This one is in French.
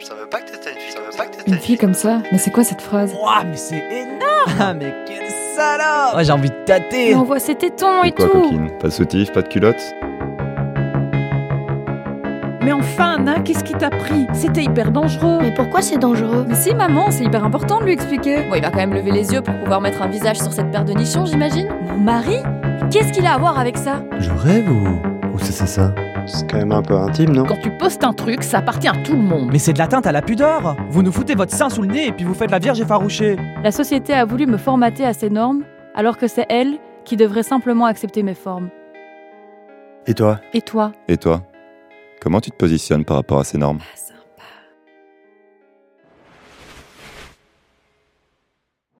Je savais pas que t'étais une fille. Je savais pas que t'étais Une fille comme ça Mais c'est quoi cette phrase Ouah, mais c'est énorme Ah, Mais quelle salope Ouais, j'ai envie de tâter Mais on voit ses tétons C'est et quoi, tout. coquine Pas de soutif, pas de culotte Mais enfin, Anna, qu'est-ce qui t'a pris C'était hyper dangereux. Mais pourquoi c'est dangereux Mais si, maman, c'est hyper important de lui expliquer. Bon, il va quand même lever les yeux pour pouvoir mettre un visage sur cette paire de nichons, j'imagine. Mon mari Qu'est-ce qu'il a à voir avec ça Je rêve ou. Ou c'est c'est ça C'est quand même un peu intime, non Quand tu postes un truc, ça appartient à tout le monde. Mais c'est de l'atteinte à la pudeur Vous nous foutez votre sein sous le nez et puis vous faites la vierge effarouchée La société a voulu me formater à ces normes, alors que c'est elle qui devrait simplement accepter mes formes. Et toi Et toi Et toi Comment tu te positionnes par rapport à ces normes Ah, ça.